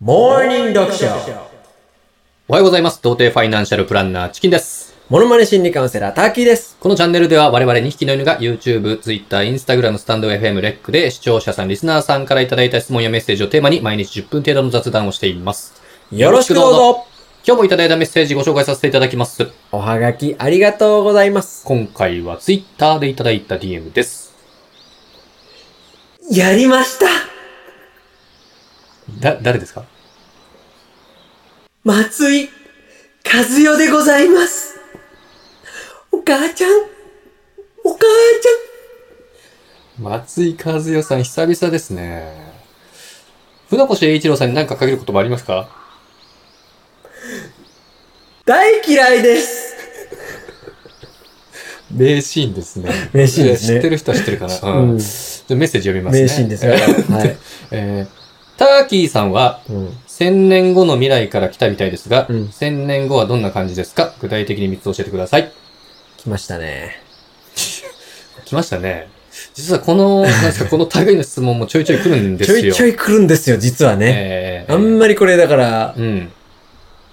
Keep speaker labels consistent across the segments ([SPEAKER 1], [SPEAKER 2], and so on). [SPEAKER 1] モーニング読書。
[SPEAKER 2] おはようございます。童貞ファイナンシャルプランナーチキンです。
[SPEAKER 1] モノマネ心理カウンセラー、ターキーです。
[SPEAKER 2] このチャンネルでは我々2匹の犬が YouTube、Twitter、Instagram、スタンド FM、レックで視聴者さん、リスナーさんからいただいた質問やメッセージをテーマに毎日10分程度の雑談をしています。
[SPEAKER 1] よろしくどうぞ。
[SPEAKER 2] 今日もいただいたメッセージご紹介させていただきます。
[SPEAKER 1] おはがきありがとうございます。
[SPEAKER 2] 今回は Twitter でいただいた DM です。
[SPEAKER 1] やりました
[SPEAKER 2] だ、誰ですか
[SPEAKER 1] 松井和代でございます。お母ちゃん、お母
[SPEAKER 2] 松井和代さん、久々ですね。船越英一郎さんに何かかける言葉ありますか
[SPEAKER 1] ちゃん、大嫌いです。
[SPEAKER 2] 名シーンですね。
[SPEAKER 1] 名シーンですね
[SPEAKER 2] 知ってる人は知ってるかな。うん。じゃあメッセージ読みますね。
[SPEAKER 1] 名シーンですね。はい。
[SPEAKER 2] えー、ターキーさんは、
[SPEAKER 1] うん
[SPEAKER 2] 千年後の未来から来たみたいですが、
[SPEAKER 1] うん
[SPEAKER 2] 千年後はどんな感じですか具体的に3つ教えてください。
[SPEAKER 1] 来ましたね。
[SPEAKER 2] 来ましたね。実はこの、なんですか、この類の質問もちょいちょい来るんで
[SPEAKER 1] ち
[SPEAKER 2] す
[SPEAKER 1] ょ
[SPEAKER 2] よ。
[SPEAKER 1] いちょ
[SPEAKER 2] い。
[SPEAKER 1] い来るんですよ、実はね。
[SPEAKER 2] えー、
[SPEAKER 1] あん
[SPEAKER 2] り。
[SPEAKER 1] まりこれだから、
[SPEAKER 2] うん。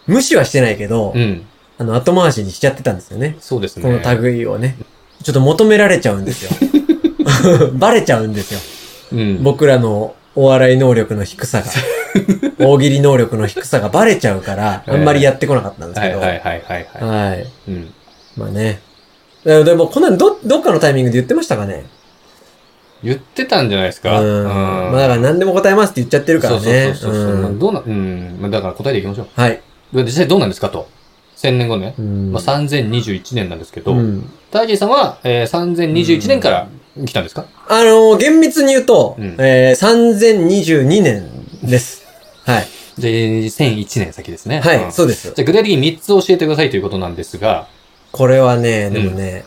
[SPEAKER 1] 無視はしてないけど
[SPEAKER 2] う、ん。
[SPEAKER 1] あの、後回しにしちゃってたんですよね。
[SPEAKER 2] そうですね。
[SPEAKER 1] この類をね。ちょっと求められちゃうんですよ。 バレちゃうんですよ。
[SPEAKER 2] うん。
[SPEAKER 1] 僕らのお笑い能力の低さが、大喜利能力の低さがバレちゃうから、あんまりやってこなかったんです
[SPEAKER 2] は
[SPEAKER 1] け
[SPEAKER 2] い
[SPEAKER 1] ど。
[SPEAKER 2] はいはいはいは
[SPEAKER 1] はい。
[SPEAKER 2] い。うん。
[SPEAKER 1] まあね。ででも、こんなんど、どっかのタイミングで言ってましたかね
[SPEAKER 2] 言ってたんじゃないです
[SPEAKER 1] うん。
[SPEAKER 2] か。
[SPEAKER 1] まあだから何でも答えますって言っちゃってるからね。
[SPEAKER 2] そうそうそうそう。
[SPEAKER 1] うん
[SPEAKER 2] どうな、うん。まあだから答えていきましょう。
[SPEAKER 1] はい。
[SPEAKER 2] で実際どうなんですかと。1000年後ね。
[SPEAKER 1] うん
[SPEAKER 2] まあ、3021年なんですけど、
[SPEAKER 1] うん
[SPEAKER 2] ターキーさんは、えー、3021年から来たんですか、
[SPEAKER 1] あのー厳密に言うと、
[SPEAKER 2] うん
[SPEAKER 1] えー、3022年です。はい。
[SPEAKER 2] じゃあ、1001年先ですね。
[SPEAKER 1] はい、
[SPEAKER 2] うん
[SPEAKER 1] そうです。
[SPEAKER 2] じゃあ具体的に3つ教えてくださいということなんですが、
[SPEAKER 1] これはね、でもね、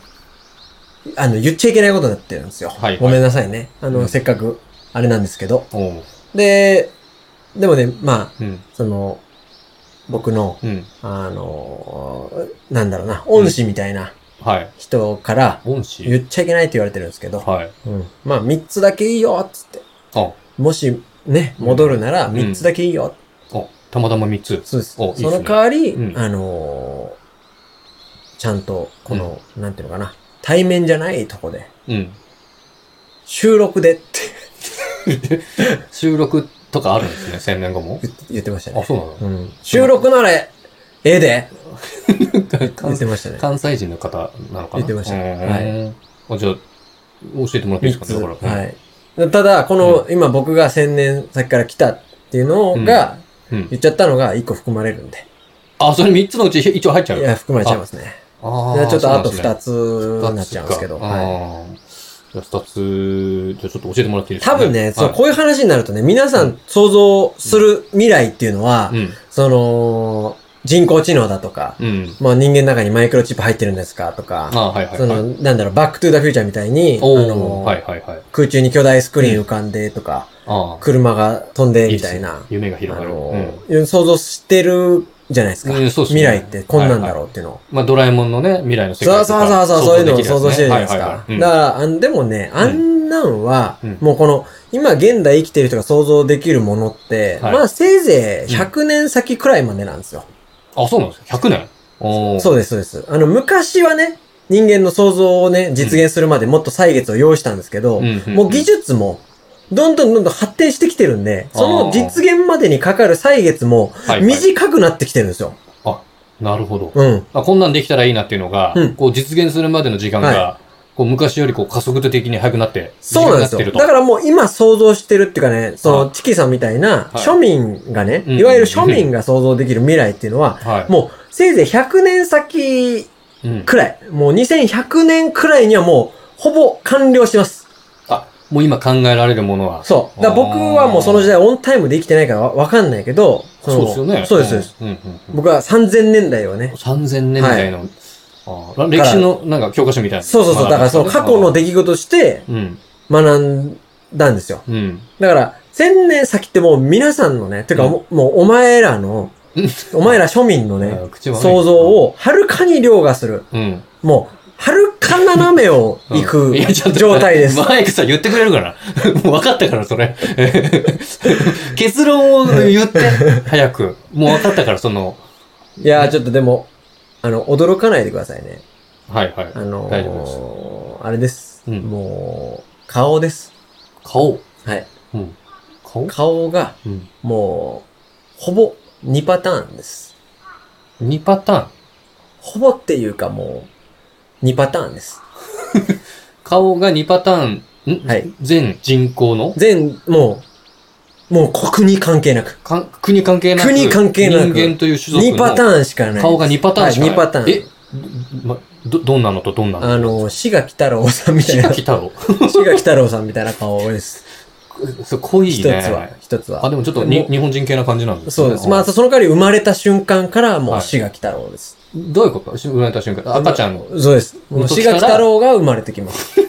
[SPEAKER 1] あの、言っちゃいけないことになってるんですよ。
[SPEAKER 2] はいはい
[SPEAKER 1] ごめんなさいね。あの、
[SPEAKER 2] うん
[SPEAKER 1] せっかく、あれなんですけど。
[SPEAKER 2] おう
[SPEAKER 1] で、でもね、まあ、
[SPEAKER 2] うん、
[SPEAKER 1] その、僕の、
[SPEAKER 2] うん、
[SPEAKER 1] あのーなんだろうな、恩師みたいな
[SPEAKER 2] はい。
[SPEAKER 1] 人から、
[SPEAKER 2] 恩師
[SPEAKER 1] 言っちゃいけないって言われてるんですけど、
[SPEAKER 2] はい。
[SPEAKER 1] うん、まあ、三つだけいいよ、つって。
[SPEAKER 2] あ、
[SPEAKER 1] もし、ね、戻るなら、
[SPEAKER 2] うん
[SPEAKER 1] 三つだけいいよ。
[SPEAKER 2] あ、たまたま3つ。
[SPEAKER 1] そうです。
[SPEAKER 2] おいいっす
[SPEAKER 1] そ
[SPEAKER 2] ね
[SPEAKER 1] の代わり、
[SPEAKER 2] うん
[SPEAKER 1] あのーちゃんと、この、なんていうのかな、対面じゃないとこで、
[SPEAKER 2] うん。
[SPEAKER 1] 収録でって
[SPEAKER 2] 収録とかあるんですね、1000年後も。
[SPEAKER 1] 言って言ってました
[SPEAKER 2] あ、
[SPEAKER 1] ね。
[SPEAKER 2] そう
[SPEAKER 1] うん、収録なら、ええで
[SPEAKER 2] なの
[SPEAKER 1] 言
[SPEAKER 2] 関
[SPEAKER 1] ってましたね。
[SPEAKER 2] 関西人の方なのか
[SPEAKER 1] 言
[SPEAKER 2] な
[SPEAKER 1] ってましたね
[SPEAKER 2] はい。あ、じゃあ、教えてもらっていい
[SPEAKER 1] 3
[SPEAKER 2] で
[SPEAKER 1] つ。
[SPEAKER 2] すかね、だから。。
[SPEAKER 1] はいい。ただ、この、今僕が1000年先から来たっていうのが、
[SPEAKER 2] うん。
[SPEAKER 1] 言っちゃったのが1個含まれるんで。
[SPEAKER 2] あ、それ3つのうち一応入っちゃう
[SPEAKER 1] いや、含まれちゃいますね。
[SPEAKER 2] あ
[SPEAKER 1] で
[SPEAKER 2] ー
[SPEAKER 1] ちょっとあと
[SPEAKER 2] そうな
[SPEAKER 1] 2
[SPEAKER 2] んです
[SPEAKER 1] つになっちゃうんですけど。
[SPEAKER 2] 二つかあ
[SPEAKER 1] はい
[SPEAKER 2] ーじゃあ二つ、じゃあちょっと教えてもらっていいです
[SPEAKER 1] 多
[SPEAKER 2] か、
[SPEAKER 1] 分ね、そう、
[SPEAKER 2] はい
[SPEAKER 1] こういう話になるとね、皆さん想像する未来っていうのは、
[SPEAKER 2] うん。
[SPEAKER 1] その、人工知能だとか、
[SPEAKER 2] うん。
[SPEAKER 1] まあ人間の中にマイクロチップ入ってるんですかとか、
[SPEAKER 2] あーはいはいはい。
[SPEAKER 1] その、なんだろう、バックトゥーザフューチャーみたいに、あ
[SPEAKER 2] おー
[SPEAKER 1] の、
[SPEAKER 2] はいはいはい。
[SPEAKER 1] 空中に巨大スクリーン浮かんでとか、
[SPEAKER 2] ああ。
[SPEAKER 1] 車が飛んで
[SPEAKER 2] い
[SPEAKER 1] み
[SPEAKER 2] です
[SPEAKER 1] た
[SPEAKER 2] ね
[SPEAKER 1] いな、
[SPEAKER 2] 夢が
[SPEAKER 1] あ
[SPEAKER 2] 広がる。う
[SPEAKER 1] の
[SPEAKER 2] ん。、
[SPEAKER 1] 想像してるじゃないですか。
[SPEAKER 2] うんそうっすね
[SPEAKER 1] 未来ってこんなんだろうっていうのを。
[SPEAKER 2] まあ、ドラえもんのね、未来の世
[SPEAKER 1] そ
[SPEAKER 2] 界
[SPEAKER 1] う
[SPEAKER 2] と
[SPEAKER 1] そう
[SPEAKER 2] か
[SPEAKER 1] そうそう、そういうのを想像してるじゃないです
[SPEAKER 2] はは
[SPEAKER 1] か。
[SPEAKER 2] は
[SPEAKER 1] だから、あんでもね、あんなんは
[SPEAKER 2] うん、
[SPEAKER 1] もうこの、今現代生きてる人が想像できるものって、
[SPEAKER 2] はい
[SPEAKER 1] まあせいぜい100年先くらいまでなんですよ。
[SPEAKER 2] うんあ、そうなんですか ?100 年おー
[SPEAKER 1] そうです、そうです。あの、昔はね、人間の想像をね、実現するまでもっと歳月を要したんですけど、
[SPEAKER 2] うんうん
[SPEAKER 1] もう技術も、どんどんどんどん発展してきてるんで、その実現までにかかる歳月も
[SPEAKER 2] はいはい
[SPEAKER 1] 短くなってきてるんですよ。
[SPEAKER 2] なるほど。
[SPEAKER 1] うん。
[SPEAKER 2] あ、こんなんできたらいいなっていうのが、
[SPEAKER 1] うん
[SPEAKER 2] こう実現するまでの時間が、
[SPEAKER 1] は
[SPEAKER 2] こう昔よりこう加速度的に速くなって、
[SPEAKER 1] そうなんです
[SPEAKER 2] 短
[SPEAKER 1] よ。
[SPEAKER 2] くな
[SPEAKER 1] だ
[SPEAKER 2] ってる
[SPEAKER 1] からもう今想像してるっていうかね、そ
[SPEAKER 2] は
[SPEAKER 1] のチキさんみたいな
[SPEAKER 2] はい
[SPEAKER 1] 庶民がね、
[SPEAKER 2] うん
[SPEAKER 1] いわゆる庶民が想像できる未来っていうのは、
[SPEAKER 2] と。はい。
[SPEAKER 1] もうせいぜい100年先
[SPEAKER 2] うん
[SPEAKER 1] くらい、もう2100年くらいにはもうほぼ完了してます。
[SPEAKER 2] あ、もう今考えられるものは。
[SPEAKER 1] そう。だから僕はもうその時代オンタイムで生きてないからわわかんないけど、の
[SPEAKER 2] そうですよね。
[SPEAKER 1] そうです、そうです。
[SPEAKER 2] うん。うんうんうん
[SPEAKER 1] 僕は3000年代をね、
[SPEAKER 2] 3000年代の、あー歴史のなんか教科書みたいな。
[SPEAKER 1] そうそうそう、だからその過去の
[SPEAKER 2] で。
[SPEAKER 1] 出来事として
[SPEAKER 2] うん。
[SPEAKER 1] 学んだんですよ。
[SPEAKER 2] うん。
[SPEAKER 1] だから、千年先ってもう皆さんのね、てかもう、もうお前らの
[SPEAKER 2] うん、
[SPEAKER 1] お前ら庶民の
[SPEAKER 2] あ
[SPEAKER 1] ね、
[SPEAKER 2] ー口悪い
[SPEAKER 1] 想像をはるかに凌駕する。
[SPEAKER 2] うん。
[SPEAKER 1] もう、はるか斜めを行
[SPEAKER 2] うん
[SPEAKER 1] く
[SPEAKER 2] いやちょっと
[SPEAKER 1] 状態です。
[SPEAKER 2] マイクさん言ってくれるから。 もう分かったから、それ。 結論を言って、早く。もう分かったから、その、
[SPEAKER 1] いやー、ちょっとでも、あの、驚かないでくださいね。
[SPEAKER 2] はいはい。
[SPEAKER 1] あのー
[SPEAKER 2] 大丈夫です。
[SPEAKER 1] あれです。
[SPEAKER 2] うん
[SPEAKER 1] もう、顔です。
[SPEAKER 2] 顔。
[SPEAKER 1] はい。
[SPEAKER 2] うん。顔
[SPEAKER 1] 顔が、
[SPEAKER 2] うん。
[SPEAKER 1] もう、ほぼ2パターンです。
[SPEAKER 2] 2パターン。
[SPEAKER 1] ほぼっていうかもう、2パターンです。
[SPEAKER 2] 顔が2パターン、ん
[SPEAKER 1] はい
[SPEAKER 2] 全人口の
[SPEAKER 1] 全、もう、もう国に関係なく。
[SPEAKER 2] かん国関係なく。
[SPEAKER 1] 国関係なく
[SPEAKER 2] 人間という種族の。
[SPEAKER 1] 2パターンしかないです。
[SPEAKER 2] 顔が2パターンしかな
[SPEAKER 1] は
[SPEAKER 2] い。
[SPEAKER 1] い、2パターン。
[SPEAKER 2] え、ま、ど、どんなのとどんなの
[SPEAKER 1] あのー、志垣太郎さんみたい
[SPEAKER 2] 志
[SPEAKER 1] な、
[SPEAKER 2] 垣
[SPEAKER 1] 志
[SPEAKER 2] 太 郎。
[SPEAKER 1] 垣太郎さんみたいな顔です。
[SPEAKER 2] そう濃いね。
[SPEAKER 1] 一つは、一つは。
[SPEAKER 2] あ、でもちょっとに
[SPEAKER 1] もう
[SPEAKER 2] 日本人系な感じなんです
[SPEAKER 1] そうです。まあ、その代わり生まれた瞬間からもう志垣太郎です。
[SPEAKER 2] どういうこと生まれた瞬間。赤ちゃんの。
[SPEAKER 1] そうです。もう志垣太郎が生まれてきます。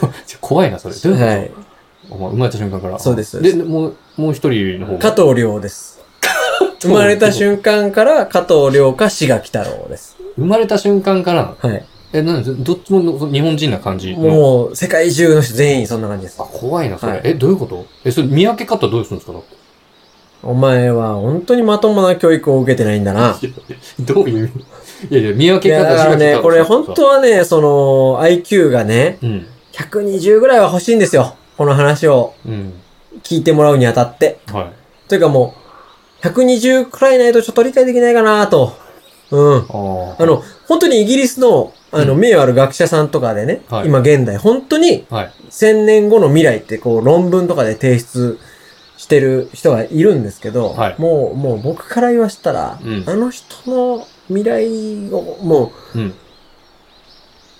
[SPEAKER 2] こちょ怖いな、それ。どういうこと、
[SPEAKER 1] はい。
[SPEAKER 2] お前生まれた瞬間から。
[SPEAKER 1] そうですそうで
[SPEAKER 2] ですもう、もう一人の方
[SPEAKER 1] 加
[SPEAKER 2] が。
[SPEAKER 1] 藤亮 です。生まれた瞬間から加藤亮か志垣太郎です。
[SPEAKER 2] 生まれた瞬間から、
[SPEAKER 1] はい。
[SPEAKER 2] え、なんで、どっちものその日本人な感じの。
[SPEAKER 1] もう、世界中の人全員そんな感じです
[SPEAKER 2] あ、。怖いな、それ。
[SPEAKER 1] はい
[SPEAKER 2] え、どういうことえ、それ見分け方どうするんですかだって
[SPEAKER 1] お前は本当にまともな教育を受けてないんだな。
[SPEAKER 2] どう いう意味いやいや、見分
[SPEAKER 1] い
[SPEAKER 2] け
[SPEAKER 1] や、
[SPEAKER 2] 方
[SPEAKER 1] だからね、これ本当はね、その、IQ がね、
[SPEAKER 2] うん。
[SPEAKER 1] 120ぐらいは欲しいんですよ。この話を
[SPEAKER 2] うん。
[SPEAKER 1] 聞いてもらうにあたって。
[SPEAKER 2] はい。
[SPEAKER 1] というかもう、120くらいないとちょっと理解できないかなと。うん。
[SPEAKER 2] ああ。
[SPEAKER 1] あの、本当にイギリスの、あの、
[SPEAKER 2] うん
[SPEAKER 1] 名誉ある学者さんとかでね、
[SPEAKER 2] はい
[SPEAKER 1] 今現代、本当に
[SPEAKER 2] はい。
[SPEAKER 1] 1000年後の未来ってこう論文とかで提出してる人がいるんですけど、
[SPEAKER 2] はい
[SPEAKER 1] もう、もう僕から言わしたら、
[SPEAKER 2] うん
[SPEAKER 1] あの人の未来を、もう、
[SPEAKER 2] うん。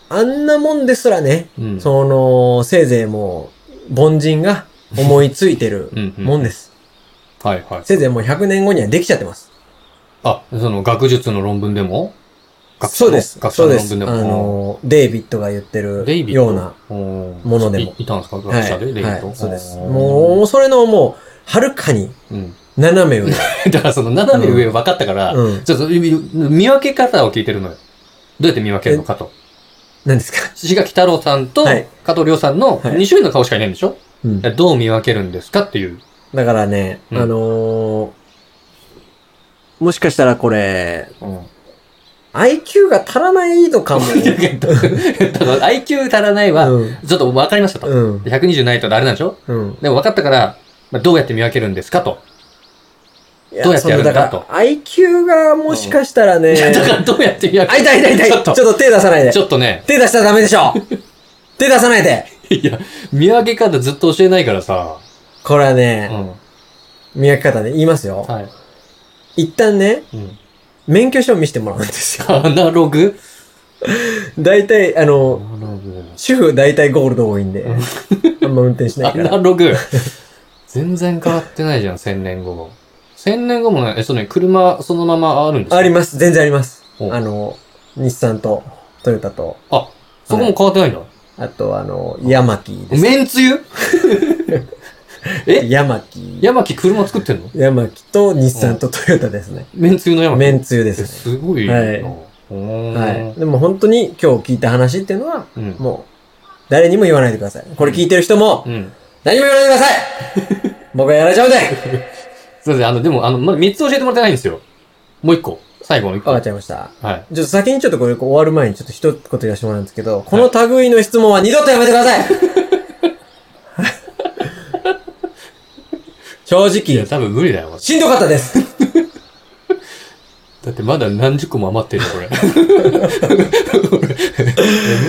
[SPEAKER 1] あんなもんですらね、
[SPEAKER 2] うん。
[SPEAKER 1] その、せいぜいもう、凡人が思いついてる
[SPEAKER 2] う。 うん、うん。
[SPEAKER 1] もんです。
[SPEAKER 2] はい、はい。
[SPEAKER 1] せいぜいもう100年後にはできちゃってます。
[SPEAKER 2] あ、その学術の論文でも学者
[SPEAKER 1] そ
[SPEAKER 2] の
[SPEAKER 1] うです。
[SPEAKER 2] 学者
[SPEAKER 1] そう
[SPEAKER 2] の
[SPEAKER 1] で
[SPEAKER 2] 論
[SPEAKER 1] す。あ
[SPEAKER 2] 文でも。
[SPEAKER 1] の、デイビッドが言ってる
[SPEAKER 2] デイビッド
[SPEAKER 1] ような。
[SPEAKER 2] うん
[SPEAKER 1] ものでも
[SPEAKER 2] いいたんですか学
[SPEAKER 1] はい
[SPEAKER 2] 者で、レイ
[SPEAKER 1] は
[SPEAKER 2] ビ
[SPEAKER 1] い
[SPEAKER 2] ッド。
[SPEAKER 1] そうです。
[SPEAKER 2] ん
[SPEAKER 1] もう、それのもう、はるかに、
[SPEAKER 2] うん。
[SPEAKER 1] 斜め上。
[SPEAKER 2] だからその斜め上分かったから、
[SPEAKER 1] うん。
[SPEAKER 2] ちょっと見分け方を聞いてるのよ。どうやって見分けるのかと。
[SPEAKER 1] 何ですか
[SPEAKER 2] 志垣太郎さんと
[SPEAKER 1] はい
[SPEAKER 2] 加藤亮さんの2
[SPEAKER 1] はい
[SPEAKER 2] 種類の顔しかいないんでしょ、
[SPEAKER 1] うん。だ
[SPEAKER 2] どう見分けるんですかっていう。
[SPEAKER 1] からね、
[SPEAKER 2] うん
[SPEAKER 1] あのーもしかしたらこれ、IQ が足らないとかも。
[SPEAKER 2] いやいやだから IQ 足らないは、
[SPEAKER 1] うん。
[SPEAKER 2] ちょっと分かりましたと。
[SPEAKER 1] うん。
[SPEAKER 2] 120ないとあれなんでしょ
[SPEAKER 1] うん。
[SPEAKER 2] でも分かったから、まあ、どうやって見分けるんですかと。
[SPEAKER 1] いや
[SPEAKER 2] どうやってやるんだ
[SPEAKER 1] そのから
[SPEAKER 2] と
[SPEAKER 1] IQ がもしかしたらね、
[SPEAKER 2] いやだからどうやって見分
[SPEAKER 1] あ、
[SPEAKER 2] ける
[SPEAKER 1] 痛い痛い痛い
[SPEAKER 2] ち
[SPEAKER 1] ち
[SPEAKER 2] ょ
[SPEAKER 1] ょ
[SPEAKER 2] っ
[SPEAKER 1] っ
[SPEAKER 2] と、
[SPEAKER 1] と手出さないで
[SPEAKER 2] ち。ょっとね、
[SPEAKER 1] 手出したらダメでしょ手出さないで
[SPEAKER 2] いや、見分け方ずっと教えないからさ。
[SPEAKER 1] これは
[SPEAKER 2] う
[SPEAKER 1] ね、
[SPEAKER 2] ん。
[SPEAKER 1] 見分け方ね、言いますよ。
[SPEAKER 2] はい。
[SPEAKER 1] 一旦ね、
[SPEAKER 2] うん。
[SPEAKER 1] 免許証見せてもらうんですよ。
[SPEAKER 2] アナログ
[SPEAKER 1] 大体、あ
[SPEAKER 2] ア
[SPEAKER 1] の、
[SPEAKER 2] ナログ。
[SPEAKER 1] 主婦大体ゴールド多いんで、あんま運転しない
[SPEAKER 2] ア
[SPEAKER 1] か
[SPEAKER 2] ナ
[SPEAKER 1] ら。
[SPEAKER 2] ログ。全然変わってないじゃん、千年後も。千年後もね、え、そうね、車そのままあるんですか
[SPEAKER 1] あります、全然あります。
[SPEAKER 2] お
[SPEAKER 1] あの、日産とトヨタと、
[SPEAKER 2] あ、そこも変わってないんだ。
[SPEAKER 1] あとあの、ヤマキです。
[SPEAKER 2] めんつゆえ
[SPEAKER 1] ヤマキ。
[SPEAKER 2] 山木車作ってんの
[SPEAKER 1] ヤマキと日産とトヨタですね。
[SPEAKER 2] めんつゆの山木。
[SPEAKER 1] めんつゆで
[SPEAKER 2] え、
[SPEAKER 1] す
[SPEAKER 2] すごいな。
[SPEAKER 1] はい
[SPEAKER 2] お
[SPEAKER 1] ね。
[SPEAKER 2] ー
[SPEAKER 1] はい。でも本当に今日聞いた話っていうのは、
[SPEAKER 2] うん。
[SPEAKER 1] もう、誰にも言わないでください。これ聞いてる人も
[SPEAKER 2] う、ん。
[SPEAKER 1] 何も言わないでください僕はやられちゃうんで
[SPEAKER 2] そうですね、あの、でも、あの、まだ3つ教えてもらってないんですよ。もう1個。最後の1個。
[SPEAKER 1] わかっ
[SPEAKER 2] はい。
[SPEAKER 1] ちゃいました。ちょっと先にちょっとこれ終わる前にちょっと一言言わせてもらうんですけど、この類の質問は二度とやめてくだ さい正
[SPEAKER 2] いや、
[SPEAKER 1] 直、
[SPEAKER 2] 多分無理だよ、これ
[SPEAKER 1] しんどかったです。
[SPEAKER 2] だってまだ何十個も余ってるよ、これ。無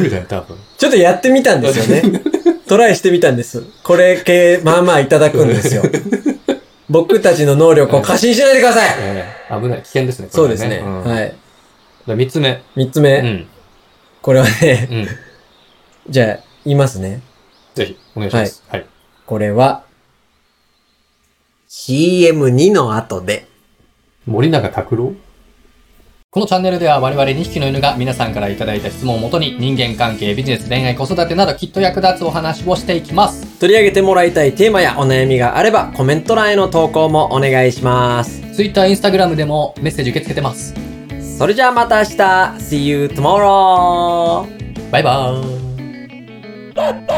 [SPEAKER 2] 理だよ、多分。
[SPEAKER 1] ちょっとやってみたんですよ ね。トライしてみたんです。これ系、まあまあいただくん ですよ。僕たちの能力を過信しないでください
[SPEAKER 2] えー危ない、危険ですね、こ
[SPEAKER 1] そう
[SPEAKER 2] れは
[SPEAKER 1] ですね。
[SPEAKER 2] ん
[SPEAKER 1] はい。
[SPEAKER 2] だ3つ目。
[SPEAKER 1] 三つ
[SPEAKER 2] う
[SPEAKER 1] 目。
[SPEAKER 2] ん。
[SPEAKER 1] これはね、
[SPEAKER 2] うん。
[SPEAKER 1] じゃあ、言いますね。
[SPEAKER 2] ぜひ、お願いします。はい。
[SPEAKER 1] これは、CM2 の後で。
[SPEAKER 2] 森永拓郎このチャンネルでは我々2匹の犬が皆さんからいただいた質問をもとに人間関係、ビジネス、恋愛、子育てなどきっと役立つお話をしていきます。
[SPEAKER 1] 取り上げてもらいたいテーマやお悩みがあればコメント欄への投稿もお願いします。
[SPEAKER 2] Twitter、Instagram でもメッセージ受け付けてます。
[SPEAKER 1] それじゃあまた明日 !See you tomorrow!
[SPEAKER 3] バイバーイ。